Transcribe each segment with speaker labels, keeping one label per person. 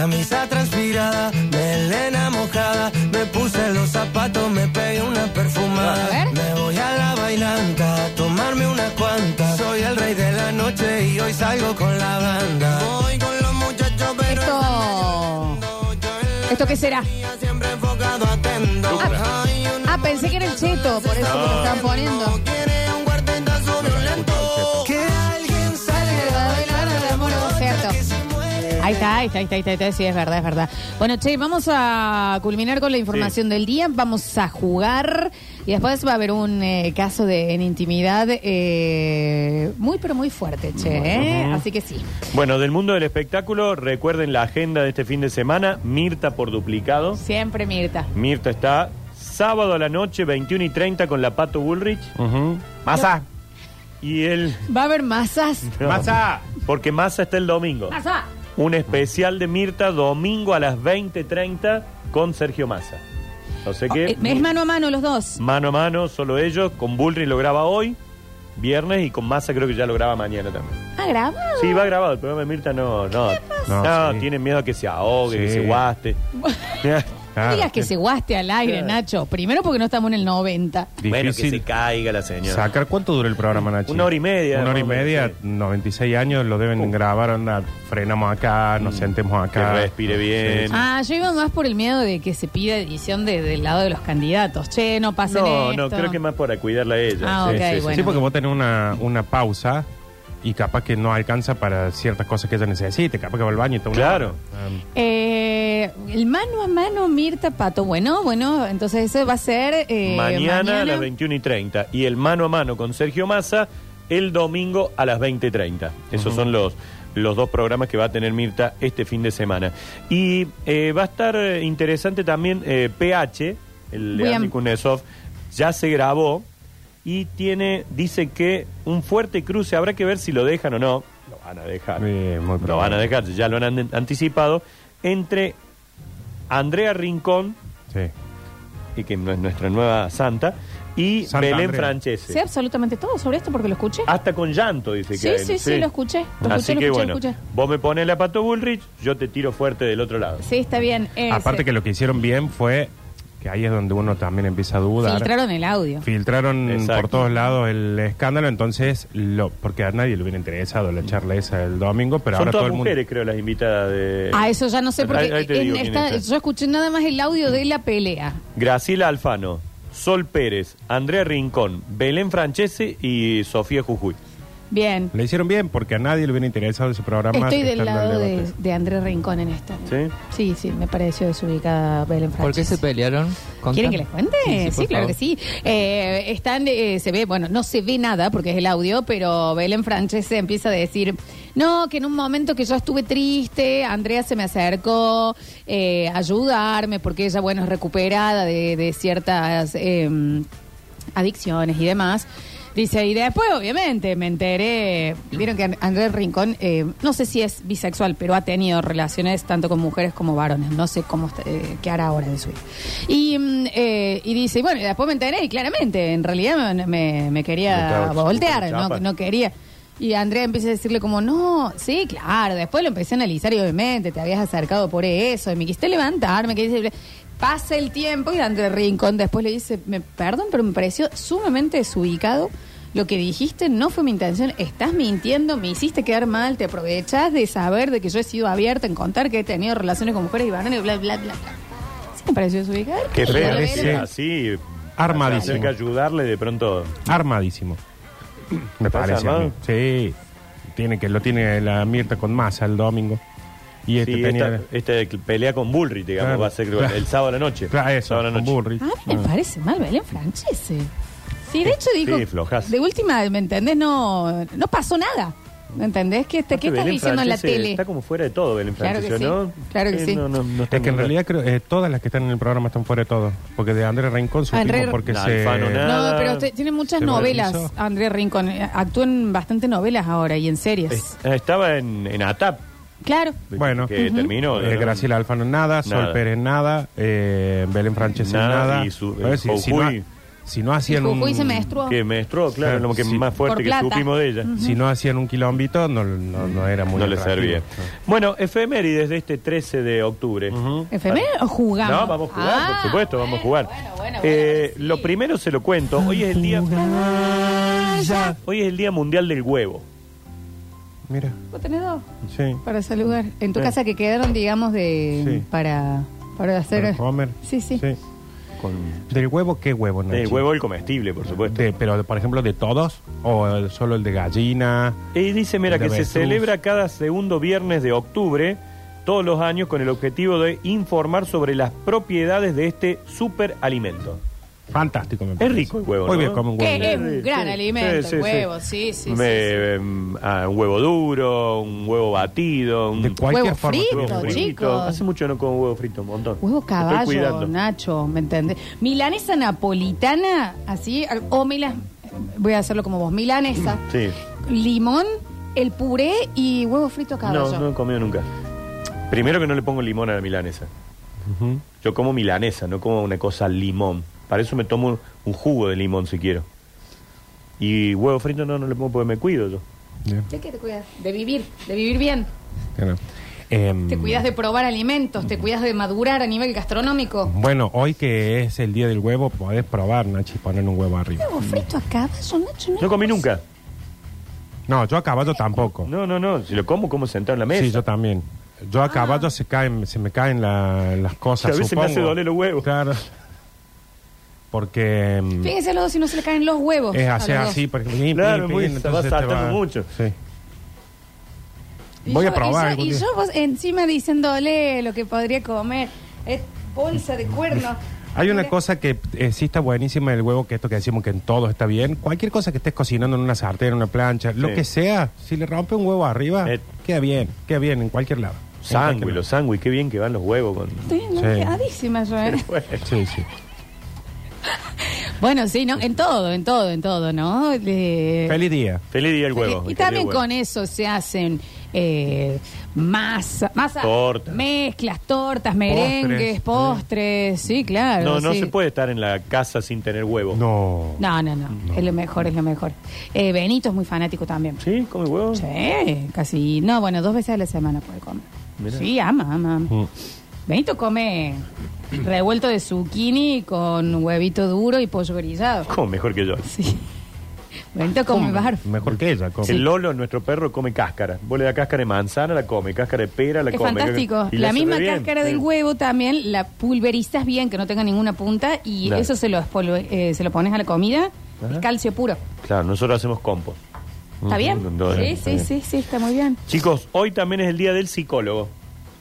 Speaker 1: Camisa transpirada, melena mojada, me puse los zapatos, me pegué una perfumada.
Speaker 2: A ver.
Speaker 1: Me voy a la bailanta, a tomarme una cuanta. Soy el rey de la noche y hoy salgo con la banda. Voy con los muchachos, pero
Speaker 2: Esto. ¿Esto qué será?
Speaker 1: siempre enfocado, atento.
Speaker 2: Ah, ah, pensé que era el cheto, por eso que lo estaban poniendo.
Speaker 1: Quiere un cuartetazo violento. Que alguien salga a bailar al amor.
Speaker 2: Cierto. Ahí está, ahí está, ahí está, ahí está, ahí está, sí, es verdad, es verdad. Bueno, che, vamos a culminar con la información del día, vamos a jugar y después va a haber un eh, caso de en intimidad eh, muy, pero muy fuerte, che, ¿eh? así que sí.
Speaker 3: Bueno, del mundo del espectáculo, recuerden la agenda de este fin de semana, Mirta por duplicado.
Speaker 2: Siempre Mirta.
Speaker 3: Mirta está sábado a la noche, 21 y 30 con la Pato Bullrich.
Speaker 4: Masa,
Speaker 3: Y él...
Speaker 2: ¿Va a haber masas?
Speaker 4: masa.
Speaker 3: Porque Massa está el domingo.
Speaker 2: ¡Masa!
Speaker 3: Un especial de Mirta domingo a las 20.30 con Sergio Massa. O sea que...
Speaker 2: Eh, Es mano a mano los dos.
Speaker 3: Mano a mano, solo ellos. Con Bullrich lo graba hoy, viernes, y con Massa creo que ya lo graba mañana también.
Speaker 2: Ah, grabado.
Speaker 3: Sí, va grabado. El programa de Mirta no... No, no,
Speaker 4: pasa? sí.
Speaker 3: tienen miedo a que se ahogue, que
Speaker 4: Sí.
Speaker 3: se guaste. Ah,
Speaker 2: No digas
Speaker 4: Claro.
Speaker 2: que se guaste al aire, Nacho. Primero porque no estamos en el 90.
Speaker 3: Bueno, que se
Speaker 4: Difícil
Speaker 3: caiga la señora.
Speaker 4: sacar. ¿Cuánto dura el programa, Nachi?
Speaker 3: Una hora y media,
Speaker 4: Una hora y
Speaker 3: más o menos,
Speaker 4: media,
Speaker 3: sí. Uh.
Speaker 4: 96 años, lo deben grabar, onda, frenamos acá, nos sentemos
Speaker 3: Mm. Que
Speaker 4: acá.
Speaker 3: respire bien.
Speaker 2: Ah, yo iba más por el miedo de que se pida edición de- del lado de los candidatos. Che, no pasen
Speaker 3: No,
Speaker 2: esto.
Speaker 3: no, creo que más para cuidarla a ella.
Speaker 2: Ah, ok, bueno.
Speaker 4: Sí, porque vos tenés una, una pausa y capaz que no alcanza para ciertas cosas que ella necesite, capaz que va al baño y Ah, todo.
Speaker 3: Claro.
Speaker 2: Eh, el mano a mano Mirta Pato. Bueno, bueno, entonces eso va a ser eh,
Speaker 3: mañana, a las
Speaker 2: mañana.
Speaker 3: 21 y 30. Y el mano a mano con Sergio Massa el domingo a las 20 y 30. Esos son los, los dos programas que va a tener Mirta este fin de semana. Y eh, va a estar eh, interesante también eh, PH, el de
Speaker 2: Bien.
Speaker 3: Andy Kuznetsov, ya se grabó y tiene dice que un fuerte cruce, habrá que ver si lo dejan o no. Lo van a dejar.
Speaker 4: Bien, muy
Speaker 3: Lo van a
Speaker 4: probable.
Speaker 3: dejar, ya lo han an- anticipado. Entre Andrea Rincón,
Speaker 4: Sí.
Speaker 3: y que no es nuestra nueva santa, y
Speaker 4: Santa
Speaker 3: Belén
Speaker 4: Andrea.
Speaker 3: Francese.
Speaker 2: Sé absolutamente todo sobre esto porque lo escuché.
Speaker 3: Hasta con llanto, dice
Speaker 2: Sí,
Speaker 3: que
Speaker 2: sí, sí, lo escuché, lo
Speaker 3: Así
Speaker 2: escuché, lo
Speaker 3: que
Speaker 2: escuché,
Speaker 3: bueno,
Speaker 2: lo escuché.
Speaker 3: vos me pones la pato Bullrich, yo te tiro fuerte del otro lado.
Speaker 2: Sí, está bien. eh,
Speaker 4: Aparte
Speaker 2: se-
Speaker 4: que lo que hicieron bien fue que ahí es donde uno también empieza a dudar.
Speaker 2: filtraron el audio.
Speaker 4: Filtraron
Speaker 3: Exacto.
Speaker 4: por todos lados el escándalo, entonces, lo, porque a nadie le hubiera interesado la charla esa el domingo, pero
Speaker 3: Son
Speaker 4: ahora todo
Speaker 3: todas
Speaker 4: el mundo...
Speaker 3: mujeres, creo, las invitadas de.
Speaker 2: A Ah, eso ya no sé porque
Speaker 3: Ahí- ahí te
Speaker 2: en
Speaker 3: digo quién eh.
Speaker 2: esta-
Speaker 3: está.
Speaker 2: yo escuché nada más el audio de la pelea.
Speaker 3: Graciela Alfano, Sol Pérez, Andrea Rincón, Belén Francese y Sofía Jujuy.
Speaker 2: Bien.
Speaker 4: Le hicieron bien porque a nadie le hubiera interesado ese programa.
Speaker 2: Estoy del
Speaker 4: estando al
Speaker 2: lado de,
Speaker 4: debate.
Speaker 2: de Andrés Rincón en esta.
Speaker 3: ¿Sí?
Speaker 2: Sí, sí, me pareció desubicada Belén Francese.
Speaker 5: ¿Por qué se pelearon? Contá.
Speaker 2: ¿Quieren que les cuente?
Speaker 5: Sí,
Speaker 2: Sí,
Speaker 5: sí, por
Speaker 2: claro
Speaker 5: favor.
Speaker 2: que sí. Eh, están, eh, se ve, bueno, no se ve nada porque es el audio, pero Belén Francese empieza a decir, no, que en un momento que yo estuve triste, Andrea se me acercó eh, a ayudarme porque ella, bueno, es recuperada de, de ciertas eh, adicciones y demás. Dice, y después obviamente me enteré, vieron que And- Andrés Rincón, eh, no sé si es bisexual, pero ha tenido relaciones tanto con mujeres como varones, no sé cómo está- eh, qué hará ahora de su vida. Y, mm, eh, y dice, bueno, y después me enteré y claramente, en realidad me, me- me
Speaker 3: Me
Speaker 2: quería
Speaker 3: estaba
Speaker 2: voltear,
Speaker 3: chupando
Speaker 2: no,
Speaker 3: chapa.
Speaker 2: no quería. Y Andrea empieza a decirle como, no, sí, claro, después lo empecé a analizar y obviamente te habías acercado por eso, y me quisiste levantarme, que dice, pasa el tiempo y André Rincón después le dice, me perdón, pero me pareció sumamente desubicado. Lo que dijiste no fue mi intención, estás mintiendo, me hiciste quedar mal, te aprovechás de saber de que yo he sido abierta en contar que he tenido relaciones con mujeres y varones, bla, bla, bla. bla. Sí, me pareció desubicado.
Speaker 3: Qué
Speaker 4: feo.
Speaker 3: feo.
Speaker 4: Parece-
Speaker 3: Así.
Speaker 4: Armadísimo.
Speaker 3: Hay que ayudarle de pronto.
Speaker 4: Armadísimo. Me
Speaker 3: ¿Estás
Speaker 4: parece. a mí.
Speaker 3: armado?
Speaker 4: Sí. Tiene que, lo tiene la Mirta con masa el domingo. Y este
Speaker 3: Sí,
Speaker 4: tenía...
Speaker 3: esta, esta pelea con Bullrich, digamos,
Speaker 4: Claro,
Speaker 3: va a ser
Speaker 4: claro.
Speaker 3: el sábado a la noche.
Speaker 4: Claro, eso,
Speaker 3: Sábado a la
Speaker 4: con
Speaker 3: noche.
Speaker 4: Bullrich. Ah.
Speaker 2: A mí Ah, me parece mal Belén Francese. Sí, de hecho digo,
Speaker 3: Ah. Sí, flojazo.
Speaker 2: de última, ¿me entendés? No, no pasó nada. ¿Me entendés? ¿Qué, te- qué
Speaker 3: Aparte,
Speaker 2: estás
Speaker 3: Ah, Belén
Speaker 2: diciendo en la
Speaker 3: Francese
Speaker 2: tele?
Speaker 3: Está como fuera de todo Belén
Speaker 2: Claro que
Speaker 3: Francese,
Speaker 2: sí,
Speaker 3: ¿no?
Speaker 2: claro que
Speaker 3: Eh,
Speaker 2: sí.
Speaker 3: no, no, no está
Speaker 4: Es que en
Speaker 3: muy
Speaker 4: realidad creo eh, todas las que están en el programa están fuera de todo. Porque de Andrés Rincón supimos
Speaker 2: Andrés-
Speaker 4: porque
Speaker 3: No,
Speaker 4: se...
Speaker 3: Alfano, nada.
Speaker 2: No, pero te- tiene muchas
Speaker 4: Se
Speaker 2: novelas,
Speaker 4: modernizó.
Speaker 2: André Rincón. Eh, Actúa en bastante novelas ahora y en series.
Speaker 3: Es- Eh, Estaba en, en ATAP.
Speaker 2: Claro.
Speaker 4: Bueno.
Speaker 3: Que
Speaker 4: Ujú.
Speaker 3: terminó.
Speaker 4: Eh,
Speaker 3: ¿no?
Speaker 4: Graciela Alfano
Speaker 3: Nada.
Speaker 4: nada, Sol Pérez nada, eh, Belén Francesi
Speaker 3: Nada,
Speaker 4: nada.
Speaker 3: y su-
Speaker 4: A ver
Speaker 3: eh,
Speaker 4: si- si no
Speaker 3: Jujuy.
Speaker 4: ha- Si no
Speaker 2: Si
Speaker 4: hacían un.
Speaker 2: Jujuy se menstruó.
Speaker 3: Que menstruó, claro,
Speaker 4: Claro,
Speaker 3: es lo que
Speaker 4: sí.
Speaker 3: más fuerte
Speaker 2: Por
Speaker 3: que
Speaker 2: plata. Mm.
Speaker 3: supimos de ella.
Speaker 4: eh, Si no hacían un quilombito, no, no, no era muy
Speaker 3: no le
Speaker 4: atractivo.
Speaker 3: servía.
Speaker 4: No.
Speaker 3: Bueno, efemérides de este 13 de octubre.
Speaker 2: ¿Efeméride o jugamos?
Speaker 3: No, vamos a jugar,
Speaker 2: Ah,
Speaker 3: por supuesto, vamos a jugar.
Speaker 2: Bueno, bueno, bueno,
Speaker 3: Eh,
Speaker 2: sí.
Speaker 3: Lo primero se lo cuento. Hoy es el día. Hoy es el día mundial del huevo.
Speaker 4: Mira,
Speaker 2: ¿Vos tenés dos
Speaker 4: sí.
Speaker 2: para saludar? En tu
Speaker 4: Sí.
Speaker 2: casa que quedaron, digamos, de
Speaker 4: Sí.
Speaker 2: para, para hacer...
Speaker 4: Para comer.
Speaker 2: Sí, sí.
Speaker 3: Con
Speaker 4: ¿Del huevo qué huevo, Nachi?
Speaker 3: el Eh, huevo el comestible, por supuesto.
Speaker 4: De- pero, por ejemplo, de todos, o el- solo el de gallina.
Speaker 3: Y dice, mira,
Speaker 4: El
Speaker 3: que se
Speaker 4: avestruz.
Speaker 3: celebra cada segundo viernes de octubre, todos los años, con el objetivo de informar sobre las propiedades de este superalimento.
Speaker 4: Fantástico, me
Speaker 3: Es
Speaker 4: parece.
Speaker 3: rico el huevo,
Speaker 4: Hoy
Speaker 3: ¿no?
Speaker 4: voy a comer un huevo.
Speaker 2: Que es un gran
Speaker 3: Sí,
Speaker 2: alimento,
Speaker 3: sí,
Speaker 2: el
Speaker 3: sí.
Speaker 2: huevo, sí, sí, sí,
Speaker 3: Me- em, ah, un huevo duro, un huevo batido, un
Speaker 4: De cualquier
Speaker 2: Huevo
Speaker 4: forma.
Speaker 2: frito,
Speaker 4: tú
Speaker 3: huevo
Speaker 4: ves.
Speaker 2: chico.
Speaker 3: Hace mucho no como huevo frito, un montón.
Speaker 2: Huevo
Speaker 3: Me estoy
Speaker 2: caballo,
Speaker 3: cuidando.
Speaker 2: Nacho, ¿me entendés? Milanesa napolitana, así, o milas, voy a hacerlo como vos, milanesa,
Speaker 3: Sí.
Speaker 2: limón, el puré y huevo frito caballo.
Speaker 3: No, no he comido nunca. Primero que no le pongo limón a la milanesa.
Speaker 4: Ujú.
Speaker 3: Yo como milanesa, no como una cosa limón. Para eso me tomo un, un jugo de limón si quiero. Y huevo frito no, no le pongo porque me cuido yo.
Speaker 4: Bien,
Speaker 2: ¿De qué te cuidas? De vivir, de vivir bien.
Speaker 4: claro. Em,
Speaker 2: Te cuidas de probar alimentos, te cuidas de madurar a nivel gastronómico.
Speaker 4: Bueno, hoy que es el día del huevo, podés probar, Nachi, poner un huevo arriba.
Speaker 2: Huevo frito a caballo, Nacho, no. pues.
Speaker 3: No comí nunca.
Speaker 4: No, yo a caballo tampoco.
Speaker 3: No, no, no. Si lo como, como sentado en la mesa. Ah.
Speaker 4: Sí, yo también. Yo a caballo se, caen, se me caen la- las cosas.
Speaker 3: a veces me
Speaker 4: supongo.
Speaker 3: hace doler los huevos.
Speaker 4: Claro. Porque. em,
Speaker 2: Fíjense los dos si no se le caen los huevos.
Speaker 4: Es
Speaker 2: a
Speaker 4: hacer
Speaker 2: los dos.
Speaker 4: así, porque pim,
Speaker 3: Claro,
Speaker 4: pim,
Speaker 3: muy-
Speaker 4: pim,
Speaker 3: se
Speaker 4: entonces
Speaker 3: va
Speaker 4: te
Speaker 3: saltando mucho.
Speaker 4: Sí.
Speaker 2: Y
Speaker 4: Voy
Speaker 2: yo-
Speaker 4: a probar.
Speaker 2: Y yo,
Speaker 4: algún
Speaker 2: y
Speaker 4: día.
Speaker 2: yo vos encima diciéndole lo que podría comer. Es bolsa de cuernos.
Speaker 4: Hay una
Speaker 2: Mira.
Speaker 4: cosa que eh, sí está buenísima del huevo, que esto que decimos que en todo está bien. Cualquier cosa que estés cocinando en una sartén, en una plancha, lo
Speaker 3: Sí.
Speaker 4: que sea, si le rompe un huevo arriba,
Speaker 3: Eh.
Speaker 4: queda bien, queda bien en cualquier lado. En
Speaker 3: Sangüe,
Speaker 4: cualquier
Speaker 3: los sándwiches, qué bien que van los huevos con.
Speaker 2: Estoy enojadísima yo, ¿eh?
Speaker 4: lado. Sí, sí.
Speaker 2: Bueno, sí, ¿no? En todo, en todo, en todo, ¿no? Eh,
Speaker 4: Feliz día.
Speaker 3: Feliz día el
Speaker 2: Y
Speaker 3: huevo. feliz
Speaker 2: también
Speaker 3: día el huevo.
Speaker 2: con eso se hacen eh, masa, masa
Speaker 3: Tortas.
Speaker 2: mezclas, tortas, merengues,
Speaker 4: Postres.
Speaker 2: postres, sí, claro.
Speaker 3: No, no
Speaker 2: sí.
Speaker 3: se puede estar en la casa sin tener huevo.
Speaker 4: No.
Speaker 2: No, no, no, es lo mejor, es lo mejor. Eh, Benito es muy fanático también.
Speaker 3: ¿Sí? ¿Come huevo?
Speaker 2: Sí, casi, no, bueno, dos veces a la semana puede comer.
Speaker 3: Mirá. Uh.
Speaker 2: Sí, ama, ama.
Speaker 4: Mm.
Speaker 2: Benito come revuelto de zucchini con huevito duro y pollo grillado.
Speaker 3: Come mejor que yo.
Speaker 2: Sí. Benito come barf.
Speaker 4: Mejor que ella. come.
Speaker 3: El Lolo, nuestro perro, come cáscara. Vos le das cáscara de manzana, la come. Cáscara de pera, la
Speaker 2: Es
Speaker 3: come.
Speaker 2: fantástico.
Speaker 3: Y le
Speaker 2: La
Speaker 3: hace
Speaker 2: misma
Speaker 3: re bien.
Speaker 2: cáscara del
Speaker 3: Sí.
Speaker 2: huevo también la pulverizas bien, que no tenga ninguna punta, y
Speaker 3: Claro.
Speaker 2: eso se lo, espolve- eh, se lo pones a la comida.
Speaker 3: Ajá. Mm,
Speaker 2: Es calcio puro.
Speaker 3: Claro, nosotros hacemos compost.
Speaker 2: ¿Está bien?
Speaker 3: no,
Speaker 2: sí,
Speaker 3: eh, está
Speaker 2: sí,
Speaker 3: bien.
Speaker 2: sí, sí, está muy bien.
Speaker 3: Chicos, hoy también es el día del psicólogo.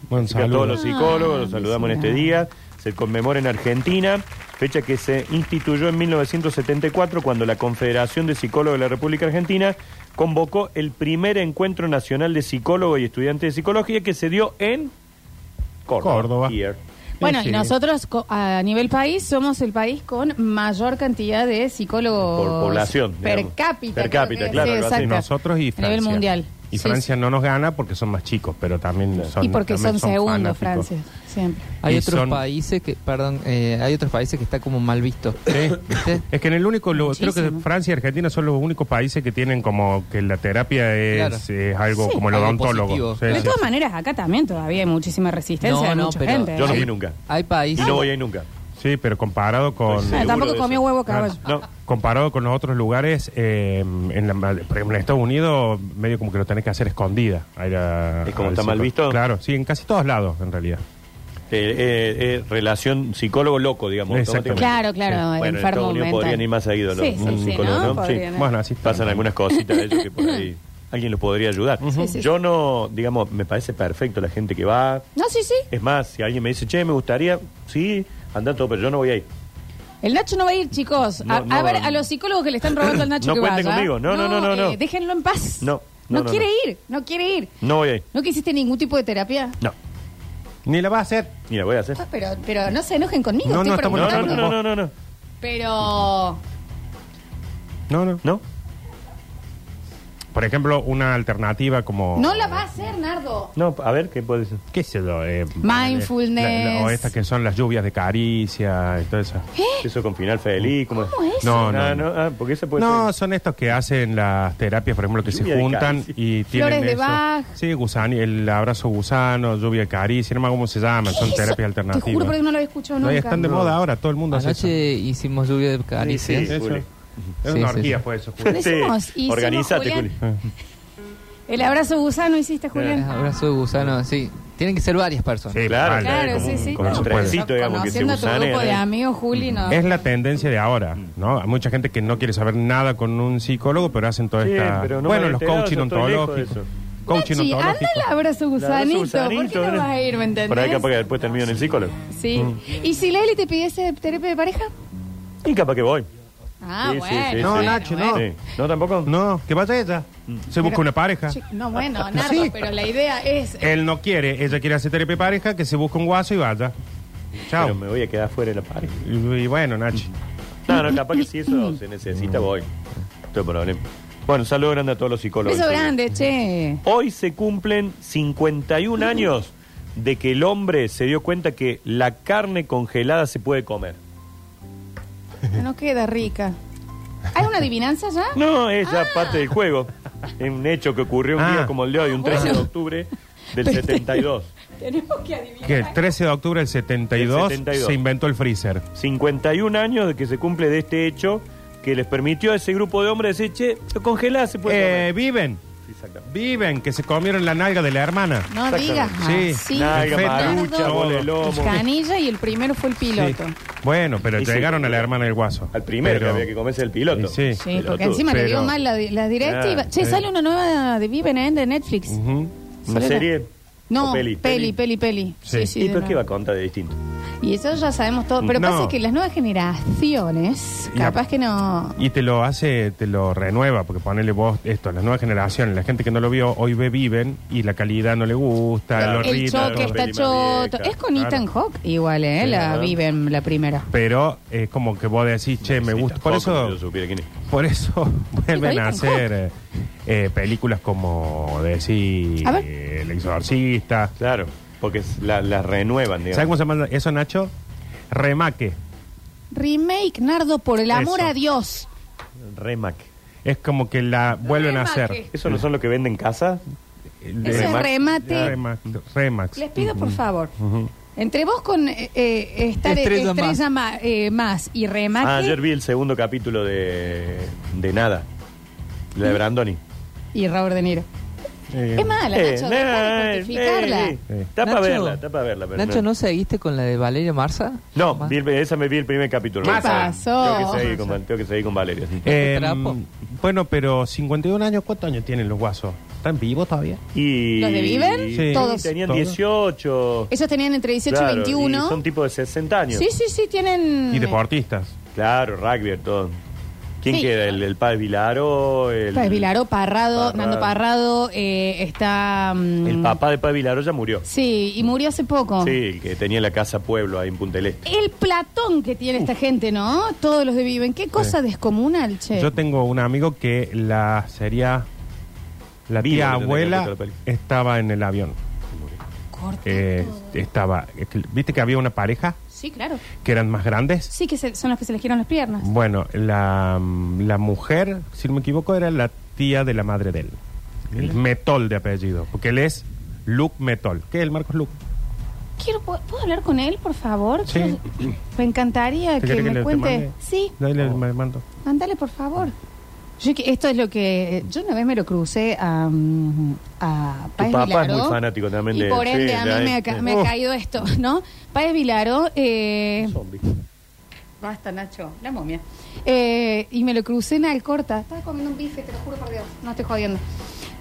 Speaker 4: Buen
Speaker 3: Así que a todos los
Speaker 4: saludo.
Speaker 3: psicólogos,
Speaker 2: Ah,
Speaker 3: los saludamos en
Speaker 2: mira.
Speaker 3: este día. Se conmemora en Argentina, fecha que se instituyó en 1974 cuando la Confederación de Psicólogos de la República Argentina convocó el primer encuentro nacional de psicólogos y estudiantes de psicología que se dio en Córdoba.
Speaker 4: Córdoba.
Speaker 3: Here.
Speaker 2: Bueno,
Speaker 4: Sí,
Speaker 2: y
Speaker 4: sí.
Speaker 2: nosotros co- a nivel país somos el país con mayor cantidad de psicólogos
Speaker 3: Por población,
Speaker 2: per
Speaker 3: digamos.
Speaker 2: cápita.
Speaker 3: Per
Speaker 2: creo
Speaker 3: cápita,
Speaker 2: que es.
Speaker 3: claro,
Speaker 2: Sí,
Speaker 3: algo así.
Speaker 2: exacto.
Speaker 4: Nosotros y
Speaker 2: A
Speaker 4: Francia.
Speaker 2: nivel mundial.
Speaker 4: Y
Speaker 2: Sí,
Speaker 4: Francia no nos gana porque son más chicos, pero también son.
Speaker 2: sí. Y porque
Speaker 4: también
Speaker 2: son segundos,
Speaker 4: fanáticos.
Speaker 2: Francia, siempre.
Speaker 5: Hay
Speaker 4: Y
Speaker 5: otros
Speaker 4: son-
Speaker 5: países que, perdón, eh, hay otros países que está como mal visto.
Speaker 4: Sí.
Speaker 5: ¿Viste?
Speaker 4: Es que en el único lu- creo que
Speaker 2: Muchísimo.
Speaker 4: Francia y Argentina son los únicos países que tienen como que la terapia es,
Speaker 5: Claro.
Speaker 4: eh, algo
Speaker 2: Sí,
Speaker 4: como el
Speaker 5: algo
Speaker 4: odontólogo.
Speaker 5: positivo,
Speaker 4: Sí,
Speaker 5: claro.
Speaker 2: De
Speaker 4: sí.
Speaker 2: todas maneras, acá también todavía hay muchísima resistencia
Speaker 5: No,
Speaker 2: de
Speaker 5: no,
Speaker 2: mucha
Speaker 5: pero-
Speaker 2: gente.
Speaker 3: Yo no
Speaker 2: ¿eh?
Speaker 3: fui nunca.
Speaker 5: Hay
Speaker 3: Y
Speaker 5: países.
Speaker 3: no voy ahí nunca.
Speaker 4: Sí, pero comparado con
Speaker 5: Pues
Speaker 3: Estoy
Speaker 2: Ah,
Speaker 3: seguro
Speaker 2: tampoco
Speaker 3: de
Speaker 2: comió
Speaker 3: eso.
Speaker 2: huevo caballo.
Speaker 3: No,
Speaker 4: comparado con los otros lugares eh, en la- por ejemplo en Estados Unidos medio como que lo tenés que hacer escondida. a ir a-
Speaker 3: ¿Es como
Speaker 4: al
Speaker 3: está mal
Speaker 4: psicólogo.
Speaker 3: visto?
Speaker 4: Claro, sí, en casi todos lados en realidad.
Speaker 3: Eh, eh, eh, relación psicólogo loco, digamos.
Speaker 4: Exactamente.
Speaker 3: automáticamente.
Speaker 2: Claro, claro,
Speaker 3: Bueno, en
Speaker 2: enfermo
Speaker 3: Estados Unidos
Speaker 2: mental.
Speaker 3: podrían ir más seguido los
Speaker 2: Sí, sí, sí,
Speaker 3: psicólogos,
Speaker 2: ¿no?
Speaker 3: ¿no? Sí.
Speaker 2: Podrían.
Speaker 4: Bueno, así está.
Speaker 3: Pasan algunas cositas ellos que por ahí alguien los podría ayudar.
Speaker 2: Sí, sí,
Speaker 3: Yo no, digamos, me parece perfecto la gente que va.
Speaker 2: No, sí, sí.
Speaker 3: Es más, si alguien me dice, che, me gustaría, sí, anda todo, pero yo no voy ahí.
Speaker 2: El Nacho no va a ir, chicos. A,
Speaker 3: No, no
Speaker 2: a ver,
Speaker 3: va.
Speaker 2: a los psicólogos que le están robando al Nacho
Speaker 3: No
Speaker 2: que
Speaker 3: cuenten
Speaker 2: vaya. eh,
Speaker 3: conmigo. No, no, no, no, no.
Speaker 2: déjenlo en paz.
Speaker 3: No, no, no,
Speaker 2: quiere
Speaker 3: no.
Speaker 2: ir, no quiere ir.
Speaker 3: No voy ahí.
Speaker 2: ¿No que hiciste ningún tipo de terapia?
Speaker 3: No,
Speaker 4: Ni la va a hacer.
Speaker 3: ni la voy a hacer.
Speaker 2: Ah, Pero, pero no se enojen conmigo.
Speaker 4: No,
Speaker 2: estoy
Speaker 4: no, estamos
Speaker 3: No, no,
Speaker 2: preguntando.
Speaker 3: no, no, no, no.
Speaker 2: Pero,
Speaker 4: No, no.
Speaker 3: ¿No?
Speaker 4: Por ejemplo, una alternativa como...
Speaker 2: No la va a hacer, Nardo.
Speaker 3: No, a ver, ¿qué puede ser?
Speaker 4: ¿Qué sé yo? eh,
Speaker 2: Mindfulness.
Speaker 4: la- la- o estas que son las lluvias de caricia y todo eso.
Speaker 3: Eso con final feliz. ¿Cómo,
Speaker 2: ¿Cómo es?
Speaker 4: No,
Speaker 3: Ah,
Speaker 4: no, no.
Speaker 3: no, ah, porque ese puede
Speaker 4: No,
Speaker 3: ser.
Speaker 4: son estos que hacen las terapias, por ejemplo, que
Speaker 3: Lluvia
Speaker 4: se
Speaker 3: de
Speaker 4: juntan
Speaker 3: caricia.
Speaker 4: y tienen
Speaker 2: Flores de
Speaker 4: eso.
Speaker 2: Bach.
Speaker 4: Sí, gusani, el abrazo gusano, lluvia de caricia, no me acuerdo cómo se llaman, son
Speaker 2: Eso,
Speaker 4: terapias alternativas.
Speaker 2: Te juro porque no lo había escuchado
Speaker 4: No,
Speaker 2: nunca.
Speaker 4: y están de moda ahora, todo el mundo hace eso.
Speaker 5: Anoche hicimos lluvia de caricias.
Speaker 3: Sí, sí.
Speaker 4: Eso.
Speaker 3: Juli.
Speaker 4: Es
Speaker 5: Sí,
Speaker 4: una
Speaker 5: sí,
Speaker 4: orgía
Speaker 5: sí.
Speaker 4: fue eso, Juli.
Speaker 2: Pero hicimos, hicimos,
Speaker 3: Organizate,
Speaker 2: Julián.
Speaker 3: Juli.
Speaker 2: El abrazo gusano hiciste,
Speaker 5: Un
Speaker 2: Julián.
Speaker 5: Abrazo de gusano, sí. Tienen que ser varias personas.
Speaker 4: Sí,
Speaker 3: Claro,
Speaker 4: Eh, vale,
Speaker 2: Claro,
Speaker 4: como-
Speaker 2: sí, sí.
Speaker 4: como
Speaker 3: no,
Speaker 4: se
Speaker 3: un
Speaker 4: puede.
Speaker 3: trencito, digamos, que se
Speaker 2: Conociendo a tu
Speaker 3: usanea,
Speaker 2: grupo de
Speaker 3: ¿no?
Speaker 2: amigos, Juli, no.
Speaker 4: Es la tendencia de ahora, ¿no? Hay mucha gente que no quiere saber nada con un psicólogo, pero hacen toda
Speaker 3: Sí,
Speaker 4: esta...
Speaker 3: pero no me
Speaker 4: bueno,
Speaker 3: había
Speaker 4: los
Speaker 3: enterado,
Speaker 4: coaching
Speaker 3: yo estoy
Speaker 4: ontológicos.
Speaker 3: lejos de eso.
Speaker 4: Coaching
Speaker 2: Nachi, anda
Speaker 4: ontológico.
Speaker 2: el abrazo gusanito. ¿Por qué
Speaker 3: Gusanito,
Speaker 2: no
Speaker 3: ¿verdad?
Speaker 2: vas a ir, me entendés?
Speaker 3: ¿eh? Por ahí capaz Mm. que después termino en el psicólogo.
Speaker 2: Sí. ¿Y si Leli te pidiese terapia de pareja?
Speaker 3: Y capaz que voy.
Speaker 2: Ah,
Speaker 3: Sí, sí,
Speaker 2: bueno.
Speaker 3: sí,
Speaker 4: No,
Speaker 2: bueno,
Speaker 4: Nacho, no.
Speaker 2: bueno.
Speaker 3: Sí. ¿No tampoco?
Speaker 4: No, que vaya ella.
Speaker 3: Mm.
Speaker 4: Se busca una pareja.
Speaker 2: Che, No, bueno, Nardo, pero la idea es...
Speaker 4: Él no quiere, ella quiere hacer terapia de pareja, que se busque un guaso y vaya. Chao.
Speaker 3: Pero me voy a quedar fuera de la pared.
Speaker 4: Y, y bueno, Nachi.
Speaker 3: No, no, capaz que si eso se necesita, voy. No hay problema. Bueno, un saludo grande a todos los psicólogos.
Speaker 2: Beso grande, che.
Speaker 3: Hoy se cumplen 51 años de que el hombre se dio cuenta que la carne congelada se puede comer.
Speaker 2: No queda rica. ¿Hay una adivinanza ya?
Speaker 3: No, es
Speaker 2: Ah.
Speaker 3: ya parte del juego. Es un hecho que ocurrió un
Speaker 4: Ah.
Speaker 3: día como el de hoy, un 13 de
Speaker 2: Bueno.
Speaker 3: octubre del 72.
Speaker 2: Tenemos que adivinar.
Speaker 4: Que el 13 de octubre del 72,
Speaker 3: Del 72.
Speaker 4: se inventó el freezer.
Speaker 3: 51 años de que se cumple de este hecho que les permitió a ese grupo de hombres decir, che, lo congelás, se
Speaker 4: Eh,
Speaker 3: puede comer.
Speaker 4: viven,
Speaker 3: Exactamente.
Speaker 4: viven, que se comieron la nalga de la hermana.
Speaker 2: No digas más.
Speaker 4: Sí.
Speaker 2: Sí,
Speaker 3: Nalga,
Speaker 2: Nardo,
Speaker 3: marucha, bola de lomo.
Speaker 2: Canilla y el primero fue el piloto.
Speaker 4: Sí. Bueno, pero
Speaker 3: Y sí.
Speaker 4: llegaron a la hermana del guaso.
Speaker 3: Al primero
Speaker 4: Pero-
Speaker 3: que había que comerse el piloto.
Speaker 4: Y sí.
Speaker 2: Sí,
Speaker 3: Pelotudo.
Speaker 2: porque encima le dio
Speaker 4: Pero-
Speaker 2: mal la, la directiva.
Speaker 3: Ah,
Speaker 2: che,
Speaker 4: eh.
Speaker 2: sale una nueva de Viven ¿eh? de Netflix.
Speaker 4: Ujú.
Speaker 3: ¿Una
Speaker 2: Solo
Speaker 3: serie?
Speaker 2: era- No,
Speaker 3: ¿O
Speaker 2: peli, peli, peli, Sí,
Speaker 4: Sí.
Speaker 2: sí.
Speaker 3: ¿Y
Speaker 2: de
Speaker 3: por qué va
Speaker 2: nuevo.
Speaker 3: a contar de distinto?
Speaker 4: Eh,
Speaker 2: Y eso ya sabemos todo. Pero
Speaker 4: No.
Speaker 2: pasa que las nuevas generaciones,
Speaker 4: Y a-
Speaker 2: capaz que no.
Speaker 4: Y te lo hace, te lo renueva, porque ponele vos esto, las nuevas generaciones, la gente que no lo vio, hoy ve viven y la calidad no le gusta,
Speaker 3: Claro.
Speaker 4: lo
Speaker 3: El
Speaker 2: El
Speaker 3: Rita,
Speaker 4: irrita,
Speaker 2: choque
Speaker 4: lo-
Speaker 3: la
Speaker 2: está
Speaker 3: peli más
Speaker 2: choto.
Speaker 3: vieja,
Speaker 2: Es con
Speaker 4: claro.
Speaker 2: Ethan Hawke igual, ¿eh?
Speaker 3: Sí,
Speaker 2: la
Speaker 3: claro.
Speaker 2: Viven, la primera.
Speaker 4: Pero es como que vos decís, che, me
Speaker 3: Sí,
Speaker 4: gusta. Por
Speaker 3: tampoco, si
Speaker 4: eso,
Speaker 3: yo supiera quién es.
Speaker 4: por eso vuelven
Speaker 2: Ethan
Speaker 4: a hacer eh, eh, películas como decir
Speaker 2: A ver.
Speaker 4: eh, El Exorcista.
Speaker 3: Claro, porque es- la, la renuevan, digamos.
Speaker 4: ¿Sabes cómo se llama eso, Nacho? Remaque.
Speaker 2: Remake, Nardo, por el amor
Speaker 4: Eso.
Speaker 2: a Dios.
Speaker 3: Remac.
Speaker 4: Es como que la vuelven a hacer.
Speaker 2: Remaque.
Speaker 3: ¿Eso no son los que venden casa?
Speaker 4: El
Speaker 2: Eso es
Speaker 3: Remax.
Speaker 2: remate.
Speaker 4: Remax. Remax.
Speaker 2: Les pido, por favor. Entre vos con eh, eh, estar eh, estrella,
Speaker 5: Estrella más.
Speaker 2: ma- eh, más. y remate.
Speaker 3: Ah, ayer vi el segundo capítulo de, de Nada, la de
Speaker 2: ¿Mm?
Speaker 3: Brandoni.
Speaker 2: Y Robert De Niro.
Speaker 4: Eh,
Speaker 2: Es mala,
Speaker 3: Eh,
Speaker 2: Ah, Nacho,
Speaker 3: nah,
Speaker 2: deja de
Speaker 3: eh,
Speaker 2: justificarla.
Speaker 3: eh, eh. Está para
Speaker 5: Nacho,
Speaker 3: verla, está para verla. pero
Speaker 5: Nacho, ¿no seguiste con la de Valeria Marza?
Speaker 3: No,
Speaker 5: Ma-
Speaker 3: vi el- esa me vi el primer capítulo.
Speaker 2: ¿Qué
Speaker 3: Masa.
Speaker 2: pasó?
Speaker 3: Tengo que seguir con, tengo que seguir con Valeria. sí.
Speaker 4: eh,
Speaker 5: trapo.
Speaker 4: bueno, pero 51 años, ¿cuántos años tienen los guasos? ¿Están vivos todavía?
Speaker 3: Y,
Speaker 2: ¿Los de Viven?
Speaker 4: Sí. Todos.
Speaker 3: Tenían
Speaker 4: Todos.
Speaker 3: 18.
Speaker 2: Ellos tenían entre 18
Speaker 3: claro,
Speaker 2: y 21.
Speaker 3: y son tipo de 60 años.
Speaker 2: Sí, sí, sí, tienen.
Speaker 4: Y deportistas.
Speaker 3: Claro, rugby, todo. ¿Quién
Speaker 2: Sí.
Speaker 3: queda? ¿El, el padre Vilaro? El,
Speaker 2: Pues Vilaro, Parrado,
Speaker 3: Parrado.
Speaker 2: Nando Parrado, eh, está. mm,
Speaker 3: El papá de padre Vilaro ya murió.
Speaker 2: Sí, y murió hace poco.
Speaker 3: Sí, el que tenía la casa Pueblo ahí en Punta del Este.
Speaker 2: El platón que tiene esta gente, ¿no? Todos los de Viven. Qué cosa descomunal, che.
Speaker 4: Yo tengo un amigo que la sería
Speaker 3: Vivo, yo
Speaker 4: la tía
Speaker 3: tenía que
Speaker 4: abuela
Speaker 3: escuchar la peli.
Speaker 4: estaba en el avión.
Speaker 2: Corta
Speaker 4: Eh,
Speaker 2: todo.
Speaker 4: estaba, es que- viste que había una pareja
Speaker 2: Sí, claro.
Speaker 4: que eran más grandes.
Speaker 2: Sí, que se- son los que se les giran las piernas.
Speaker 4: Bueno, la, la mujer, si no me equivoco, era la tía de la madre de él. El Metol de apellido, porque él es Luke Metol. ¿Qué es el Marcos Luke?
Speaker 2: Quiero, ¿puedo, puedo hablar con él, por favor?
Speaker 4: Sí.
Speaker 2: Quiero- me encantaría
Speaker 4: ¿Te
Speaker 2: que
Speaker 4: querés
Speaker 2: me
Speaker 4: le- te
Speaker 2: cuente.
Speaker 4: mande?
Speaker 2: Sí,
Speaker 4: Dale, le mando.
Speaker 2: Ándale, por favor. Yo que- esto es lo que. Yo una vez me lo crucé a. mm, a Páez
Speaker 3: papá es
Speaker 2: Vilaró,
Speaker 3: muy fanático también de-
Speaker 2: Y por
Speaker 3: sí,
Speaker 2: ende, a
Speaker 3: de
Speaker 2: mí
Speaker 3: ahí, Uh.
Speaker 2: me ha, ca-
Speaker 3: sí.
Speaker 2: me ha
Speaker 4: Oh.
Speaker 2: caído esto, ¿no? Páez Vilaro. Eh,
Speaker 3: Zombie.
Speaker 2: basta, Nacho, la momia. Eh, y me lo crucé en Alcorta. Estaba comiendo un bife, te lo juro por Dios. No estoy jodiendo.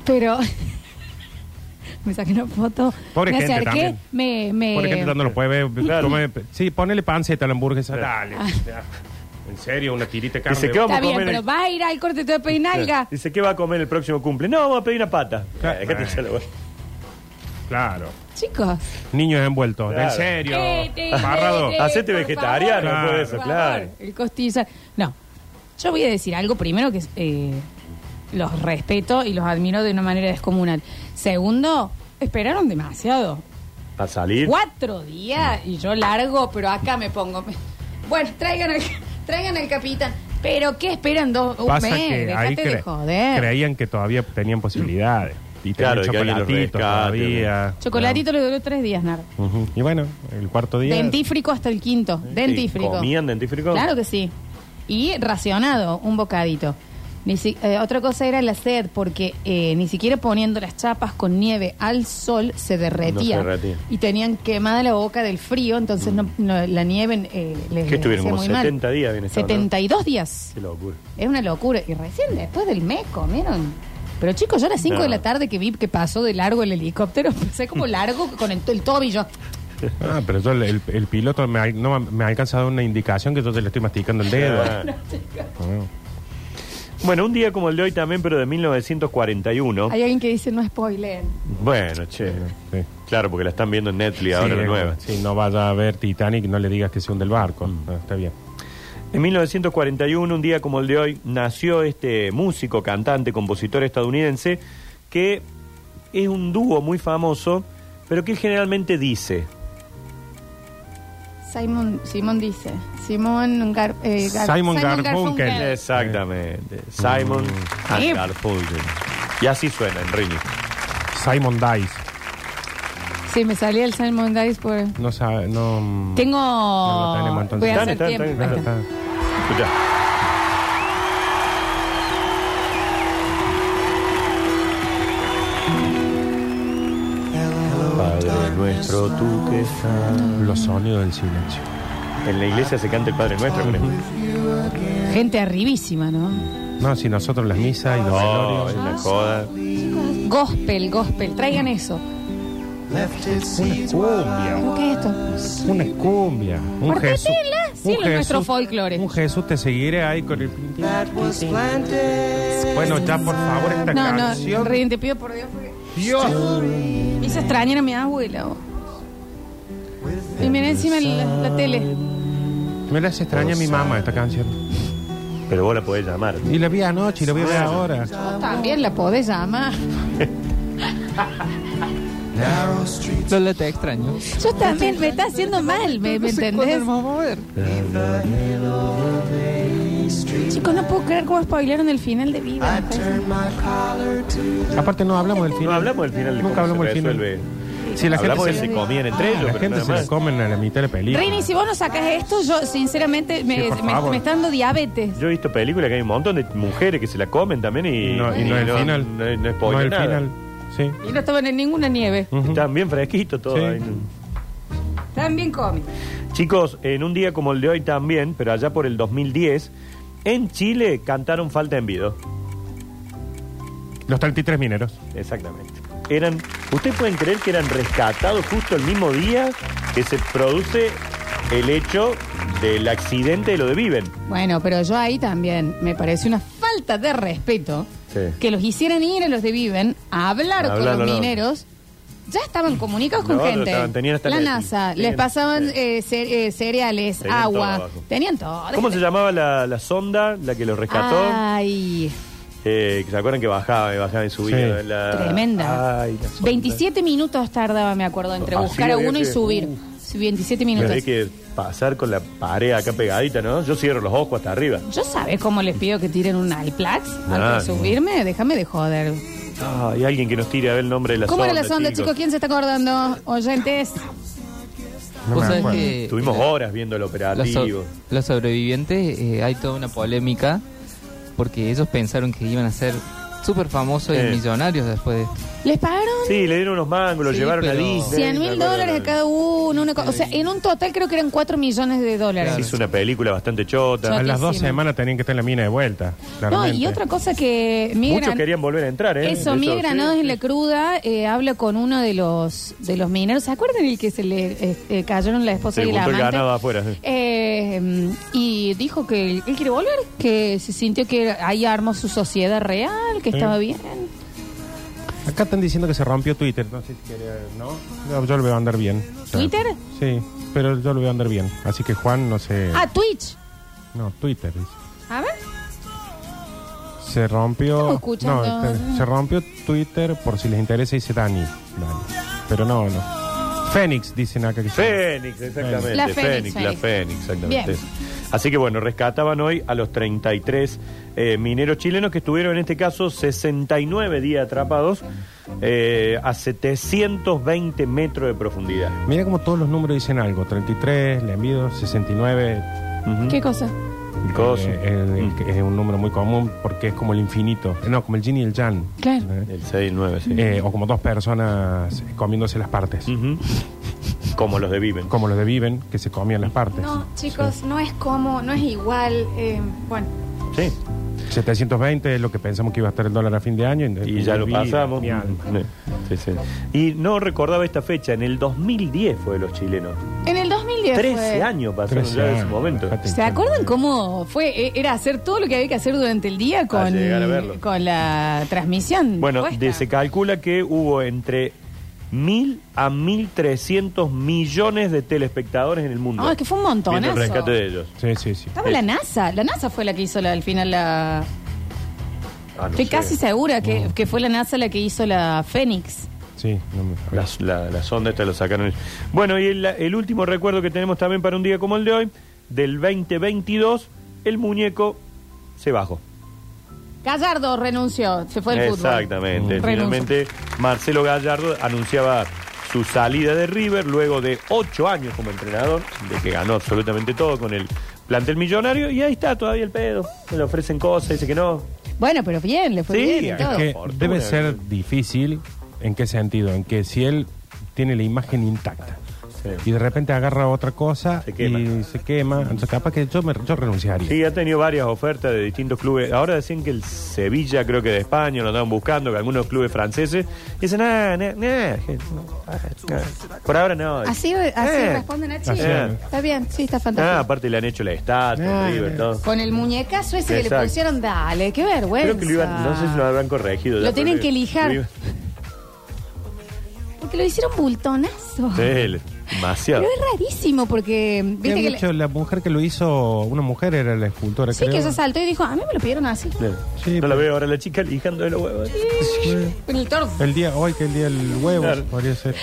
Speaker 2: Pero. me saqué una foto.
Speaker 4: Pobre
Speaker 2: me
Speaker 4: gente
Speaker 2: acerqué.
Speaker 4: también.
Speaker 2: Me, me.
Speaker 4: Por ejemplo, no lo puede ver.
Speaker 3: Claro.
Speaker 4: come- sí, ponele panceta a la hamburguesa. Dale. ya. En serio, una tirita de carne.
Speaker 3: Dice, ¿qué vamos
Speaker 2: Está
Speaker 3: a
Speaker 2: bien,
Speaker 3: comer?
Speaker 2: pero
Speaker 3: el-
Speaker 2: va a ir al corte de peinalga.
Speaker 3: Dice, ¿qué va a comer el próximo cumple? No, vamos a pedir una pata.
Speaker 4: Claro.
Speaker 3: Eh, déjate echarlo, bueno.
Speaker 4: Claro.
Speaker 2: Chicos.
Speaker 4: Niños envueltos.
Speaker 3: Claro.
Speaker 4: En serio.
Speaker 2: Eh, eh,
Speaker 4: Barrado.
Speaker 2: eh, eh,
Speaker 3: Hacete
Speaker 2: por
Speaker 3: vegetariano,
Speaker 2: favor,
Speaker 4: por
Speaker 3: eso,
Speaker 2: por
Speaker 3: claro.
Speaker 2: favor. El costilla. No. Yo voy a decir algo primero que es, eh, los respeto y los admiro de una manera descomunal. Segundo, esperaron demasiado.
Speaker 3: A salir.
Speaker 2: Cuatro días y yo largo, pero acá me pongo. Bueno, traigan al, traigan al capitán. ¿Pero qué esperan dos un
Speaker 4: Pasa
Speaker 2: mes?
Speaker 4: que ahí
Speaker 2: Oh, Dejate de
Speaker 4: cre-
Speaker 2: joder.
Speaker 4: creían que todavía tenían posibilidades. Y
Speaker 3: Claro,
Speaker 4: claro,
Speaker 3: que alguien los
Speaker 4: chocolatitos
Speaker 3: rescate,
Speaker 4: todavía.
Speaker 2: Chocolatito le duró tres días, Nar.
Speaker 4: Ujú. Y bueno, el cuarto día.
Speaker 2: Dentífrico hasta el quinto. Dentífrico.
Speaker 3: ¿Comían dentífrico?
Speaker 2: Claro que sí. Y racionado, un bocadito. Ni si- eh, otra cosa era la sed, porque eh, ni siquiera poniendo las chapas con nieve al sol se derretía.
Speaker 3: No se derretía.
Speaker 2: Y tenían quemada la boca del frío, entonces no- no- la nieve eh, les
Speaker 3: Que estuvieron
Speaker 2: hacía
Speaker 3: como
Speaker 2: muy mal.
Speaker 3: 70 días bien estado, ¿no?
Speaker 2: 72 días.
Speaker 3: Qué locura.
Speaker 2: Es una locura. Y recién después del mes comieron. Pero chicos, yo a las 5
Speaker 3: No.
Speaker 2: de la tarde que vi que pasó de largo el helicóptero, pensé como largo con el, el tobillo.
Speaker 4: Ah, pero yo, el, el piloto me ha, no, me ha alcanzado una indicación que yo te le estoy masticando el dedo. Ah,
Speaker 3: Ah. Bueno, un día como el de hoy también, pero de 1941.
Speaker 2: Hay alguien que dice no spoileen.
Speaker 3: Bueno, che.
Speaker 4: Sí.
Speaker 3: Claro, porque la están viendo en Netflix ahora
Speaker 4: Sí, eh,
Speaker 3: la nueva.
Speaker 4: sí, no vaya a ver Titanic, no le digas que se hunde el barco.
Speaker 3: Mm.
Speaker 4: Ah, está bien.
Speaker 3: En 1941, un día como el de hoy, nació este músico, cantante, compositor estadounidense que es un dúo muy famoso, pero que él generalmente dice.
Speaker 2: Simon, Simon dice. Simon, Gar, eh, Gar-
Speaker 4: Simon Garfunkel.
Speaker 3: Exactamente. Simon
Speaker 2: Sí.
Speaker 3: and Garfunkel. Y así suena, Enrique.
Speaker 4: Simon Dice.
Speaker 2: Sí, me salía el Simon Dice por...
Speaker 4: No sabe, no. mm,
Speaker 2: Tengo...
Speaker 4: No lo tenemos, entonces.
Speaker 2: Voy a
Speaker 3: Están,
Speaker 2: hacer
Speaker 3: están,
Speaker 2: tiempo.
Speaker 3: están,
Speaker 4: claro, está.
Speaker 3: Escucha. Padre nuestro, tú que estás.
Speaker 4: Los sonidos del silencio.
Speaker 3: En la iglesia se canta el Padre Nuestro, este por ejemplo.
Speaker 2: Gente arribísima, ¿no?
Speaker 4: No, si nosotros las misas y los
Speaker 3: No,
Speaker 4: velorios.
Speaker 3: Oh, es la joda.
Speaker 2: Gospel, gospel. Traigan eso.
Speaker 4: Cumbia.
Speaker 2: ¿Pero ¿Qué es esto?
Speaker 4: Una cumbia. Un
Speaker 2: Porque
Speaker 4: Jesús.
Speaker 2: sí, la- sí, lo nuestro folclore.
Speaker 4: Un Jesús te seguiré ahí con el pintín. Bueno, ya por favor, esta
Speaker 2: No, no,
Speaker 4: canción.
Speaker 2: Rin, te pido por Dios porque...
Speaker 4: Dios.
Speaker 2: Me hizo extrañar a mi abuela. vos. Y miré encima la, la tele.
Speaker 4: Me la hace extraña a mi mamá esta canción.
Speaker 3: Pero vos la podés llamar.
Speaker 4: Y la vi anoche y la voy a ver ahora.
Speaker 2: Vos También la podés llamar.
Speaker 5: Lola, te extraño.
Speaker 2: Yo también, me está haciendo mal, ¿me, me entendés? Chicos, no puedo creer cómo spoilearon el final de vida.
Speaker 4: Aparte, no hablamos del
Speaker 3: No
Speaker 4: final.
Speaker 3: hablamos del final. de
Speaker 4: Nunca
Speaker 3: cómo
Speaker 4: hablamos
Speaker 3: se
Speaker 4: del final.
Speaker 3: resuelve.
Speaker 4: Si la
Speaker 3: Hablamos
Speaker 4: gente
Speaker 3: de
Speaker 4: se,
Speaker 3: que se comían entre ellos,
Speaker 4: la
Speaker 3: pero
Speaker 4: gente
Speaker 3: nada
Speaker 4: se la
Speaker 3: más.
Speaker 4: comen a la mitad de la película.
Speaker 2: Rini, si vos no sacas esto, yo sinceramente me,
Speaker 4: Sí, por
Speaker 2: me-
Speaker 4: favor.
Speaker 2: me está dando diabetes.
Speaker 3: Yo he visto películas que hay un montón de mujeres que se la comen también y
Speaker 4: No, y no es el final.
Speaker 3: No, no,
Speaker 4: es
Speaker 3: spoiler
Speaker 4: el
Speaker 3: nada.
Speaker 4: final. Sí.
Speaker 2: Y no estaban en ninguna nieve.
Speaker 4: Ujú.
Speaker 3: Están bien fresquitos todos.
Speaker 4: Sí.
Speaker 3: ahí, ¿no?
Speaker 2: También come.
Speaker 3: Chicos, en un día como el de hoy también, pero allá por el 2010, en Chile cantaron Falta en Vido.
Speaker 4: Los 33 mineros.
Speaker 3: Exactamente. Eran, ¿Ustedes pueden creer que eran rescatados justo el mismo día que se produce el hecho del accidente de lo de Viven?
Speaker 2: Bueno, pero yo ahí también me parece una falta de respeto
Speaker 3: Sí.
Speaker 2: que los hicieran ir a los de Viven a hablar con
Speaker 3: Hablar,
Speaker 2: los
Speaker 3: no.
Speaker 2: mineros. Ya estaban comunicados con
Speaker 3: No, no,
Speaker 2: gente.
Speaker 3: estaban- tenían hasta
Speaker 2: la
Speaker 3: el-
Speaker 2: NASA,
Speaker 3: tenían-
Speaker 2: les pasaban
Speaker 3: sí.
Speaker 2: eh, ce- eh, cereales,
Speaker 3: Tenían
Speaker 2: agua,
Speaker 3: todo abajo.
Speaker 2: tenían todo.
Speaker 3: ¿Cómo se llamaba la, la sonda, la que los rescató?
Speaker 2: Ah. Ay,
Speaker 3: Eh, ¿Se acuerdan que bajaba y bajaba y subía?
Speaker 4: Sí.
Speaker 3: La-
Speaker 2: tremenda.
Speaker 3: Ay, la sonda.
Speaker 2: 27 minutos tardaba, me acuerdo, entre
Speaker 3: Así
Speaker 2: buscar a
Speaker 3: había
Speaker 2: uno y
Speaker 3: que-
Speaker 2: subir. Sí, 27
Speaker 3: Me
Speaker 2: minutos.
Speaker 3: Hay que pasar con la pared acá pegadita, ¿no? Yo cierro los ojos hasta arriba.
Speaker 2: ¿Yo sabes cómo les pido que tiren un Alplax
Speaker 3: Ah,
Speaker 2: antes de subirme? Déjame de joder.
Speaker 3: Ah, hay alguien que nos tire a ver el nombre de la
Speaker 2: ¿Cómo
Speaker 3: sonda.
Speaker 2: era la sonda, chicos? ¿Quién se está acordando? Oyentes.
Speaker 4: No
Speaker 5: Vos
Speaker 4: me
Speaker 5: sabés
Speaker 4: acuerdo.
Speaker 5: que
Speaker 3: Tuvimos horas viendo el
Speaker 5: los, so-
Speaker 3: operativo.
Speaker 5: los sobrevivientes, eh, hay toda una polémica porque ellos pensaron que iban a ser súper famosos
Speaker 3: Sí.
Speaker 5: y millonarios después de esto.
Speaker 2: ¿Les pagaron?
Speaker 3: Sí, le dieron unos mangos, lo
Speaker 5: Sí,
Speaker 3: llevaron a
Speaker 5: pero-
Speaker 3: Disney.
Speaker 2: 100
Speaker 3: me
Speaker 2: mil
Speaker 3: acuerdo,
Speaker 2: dólares a
Speaker 3: ¿no?
Speaker 2: cada uno. Una co- o sea, en un total creo que eran 4 millones de dólares.
Speaker 5: Claro.
Speaker 3: Hizo una película bastante
Speaker 4: A
Speaker 3: chota.
Speaker 2: Chotísima.
Speaker 4: las dos semanas tenían que estar en la mina de vuelta.
Speaker 2: No,
Speaker 4: claramente.
Speaker 2: y otra cosa que mi
Speaker 3: Muchos
Speaker 2: gran-
Speaker 3: querían volver a entrar, ¿eh?
Speaker 2: Eso, mi Granados
Speaker 3: sí,
Speaker 2: en la
Speaker 3: sí.
Speaker 2: cruda eh, habla con uno de los de los mineros. ¿Se acuerdan el que se le eh, eh, cayeron la esposa
Speaker 3: Se
Speaker 2: y la
Speaker 3: juntó el
Speaker 2: amante?
Speaker 3: ganado afuera, sí.
Speaker 2: Eh, mm, y dijo que él, él quiere volver, que se sintió que ahí armó su sociedad real, que
Speaker 4: Sí.
Speaker 2: estaba bien.
Speaker 4: Acá están diciendo que se rompió Twitter. No sé si quería, ¿no? No, Yo lo veo andar bien. O sea,
Speaker 2: ¿Twitter?
Speaker 4: Sí, pero yo lo veo andar bien. Así que Juan, no sé.
Speaker 2: Ah, Twitch.
Speaker 4: No, Twitter. dice.
Speaker 2: A ver.
Speaker 4: Se rompió.
Speaker 2: Estamos escuchando.
Speaker 4: No, espera, se rompió Twitter por si les interesa, dice Dani. Dani. Pero no, no. Fénix, dicen acá que se llama.
Speaker 3: Fénix, exactamente.
Speaker 2: La
Speaker 3: Fénix,
Speaker 2: Fénix,
Speaker 3: la
Speaker 2: Fénix.
Speaker 3: Fénix, exactamente.
Speaker 2: Bien.
Speaker 3: Así que bueno, rescataban hoy a los 33 eh, mineros chilenos que estuvieron en este caso 69 días atrapados eh, a 720 metros de profundidad.
Speaker 4: Mira como todos los números dicen algo. 33, le envío, 69.
Speaker 3: Ujú.
Speaker 2: ¿Qué cosa?
Speaker 3: Cosa.
Speaker 4: eh, eh,
Speaker 3: Mm.
Speaker 4: que es un número muy común porque es como el infinito. Eh, No, como el yin y el yang.
Speaker 2: Claro.
Speaker 4: Eh,
Speaker 3: El 6 9, sí.
Speaker 4: eh, o como dos personas eh, comiéndose las partes.
Speaker 3: Ujú. Como los de Viven.
Speaker 4: Como los de Viven, que se comían las partes.
Speaker 6: No, chicos, no es como, no es igual. eh, bueno,
Speaker 3: Sí.
Speaker 4: 720 es lo que pensamos que iba a estar el dólar a fin de año.
Speaker 3: Y ya lo
Speaker 4: Mi vida,
Speaker 3: pasamos.
Speaker 4: mi alma.
Speaker 3: Sí, sí. Y no recordaba esta fecha, en el 2010 fue de los chilenos.
Speaker 2: En el 2010.
Speaker 3: 13
Speaker 2: fue.
Speaker 3: años pasaron
Speaker 4: 13
Speaker 3: ya en ese
Speaker 4: años,
Speaker 3: momento.
Speaker 4: fíjate.
Speaker 2: ¿Se acuerdan cómo fue? E- Era hacer todo lo que había que hacer durante el día con,
Speaker 3: llegar a verlo.
Speaker 2: con la transmisión.
Speaker 3: Bueno,
Speaker 2: puesta.
Speaker 3: de- se calcula que hubo entre 1.000 a 1.300 millones de telespectadores en el mundo.
Speaker 2: Ah, es que fue un
Speaker 3: Viendo el
Speaker 2: montonazo.
Speaker 3: rescate de ellos.
Speaker 4: Sí, sí, sí.
Speaker 2: Estaba la NASA. La NASA fue la que hizo la- al final la.
Speaker 3: Ah, no
Speaker 2: Estoy
Speaker 3: sé.
Speaker 2: casi segura que,
Speaker 3: Mm.
Speaker 2: que fue la NASA la que hizo la Fénix.
Speaker 4: Sí, no me-
Speaker 3: La, la, la sonda esta lo sacaron. ellos. Bueno, y el, el último recuerdo que tenemos también para un día como el de hoy, del 2022, el muñeco se bajó.
Speaker 2: Gallardo renunció, se fue al fútbol.
Speaker 3: Exactamente.
Speaker 2: Mm.
Speaker 3: Finalmente, Marcelo Gallardo anunciaba su salida de River luego de ocho años como entrenador, de que ganó absolutamente todo con el plantel millonario, y ahí está todavía el pedo. Le ofrecen cosas, dice que no.
Speaker 2: Bueno, pero bien, le fue
Speaker 3: Sí,
Speaker 2: bien y
Speaker 3: es
Speaker 2: todo.
Speaker 4: que
Speaker 3: Fortuna,
Speaker 4: debe
Speaker 3: eh.
Speaker 4: ser difícil. ¿En qué sentido? En que si él tiene la imagen intacta y de repente agarra otra cosa
Speaker 3: Se quema.
Speaker 4: y se quema, entonces capaz que yo, me, yo renunciaría.
Speaker 3: Sí, ha tenido varias ofertas de distintos clubes. Ahora decían que el Sevilla, creo que de España, lo andaban buscando, que algunos clubes franceses. Dicen, ah, nah, nah, ah, nah. por ahora no.
Speaker 6: así, así
Speaker 3: Eh.
Speaker 6: responden a
Speaker 4: Así
Speaker 6: Chile.
Speaker 3: Eh.
Speaker 4: es.
Speaker 6: Está bien, sí, está
Speaker 3: Ah,
Speaker 6: fantástico.
Speaker 3: aparte le han hecho la estatua,
Speaker 4: Ah,
Speaker 3: el River, todo.
Speaker 2: Con el muñecazo ese que
Speaker 3: Exacto.
Speaker 2: le pusieron, dale, qué vergüenza.
Speaker 3: Creo que lo iban, no sé si lo habrán corregido.
Speaker 2: Lo
Speaker 3: ya,
Speaker 2: tienen
Speaker 3: pero
Speaker 2: que
Speaker 3: lo-
Speaker 2: lijar.
Speaker 3: lo iban-
Speaker 6: Porque lo hicieron bultonazo.
Speaker 3: Sí, el- demasiado.
Speaker 2: Pero es rarísimo porque,
Speaker 4: ¿Qué
Speaker 2: viste
Speaker 4: había
Speaker 2: que...
Speaker 4: hecho
Speaker 2: le-
Speaker 4: la mujer que lo hizo, una mujer era la escultora.
Speaker 2: Sí, que
Speaker 4: creo.
Speaker 2: ella saltó y dijo, a mí me lo pidieron así.
Speaker 4: Sí,
Speaker 3: no
Speaker 4: pero-
Speaker 3: la veo ahora la chica lijando de los huevos.
Speaker 2: En el torso.
Speaker 4: El día, hoy que el día del huevo,
Speaker 3: Claro.
Speaker 4: podría ser.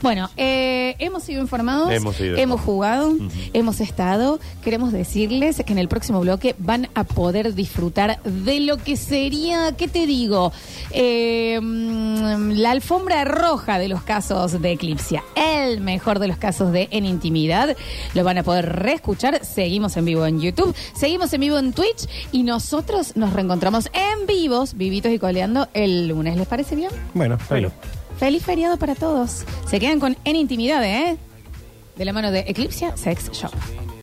Speaker 2: Bueno, eh, hemos sido informados,
Speaker 3: Hemos sido
Speaker 2: hemos
Speaker 3: informados.
Speaker 2: jugado, hemos estado. Queremos decirles que en el próximo bloque van a poder disfrutar de lo que sería, ¿qué te digo? Eh, mm, la alfombra roja de los casos de Eclipsia, el mejor de los casos de En Intimidad. Lo van a poder reescuchar. Seguimos en vivo en YouTube, seguimos en vivo en Twitch y nosotros nos reencontramos en vivos, vivitos y coleando el lunes. ¿Les parece bien?
Speaker 4: Bueno, está bien.
Speaker 2: Feliz feriado para todos. Se quedan con En Intimidad, ¿eh? De la mano de Eclipse Sex Shop.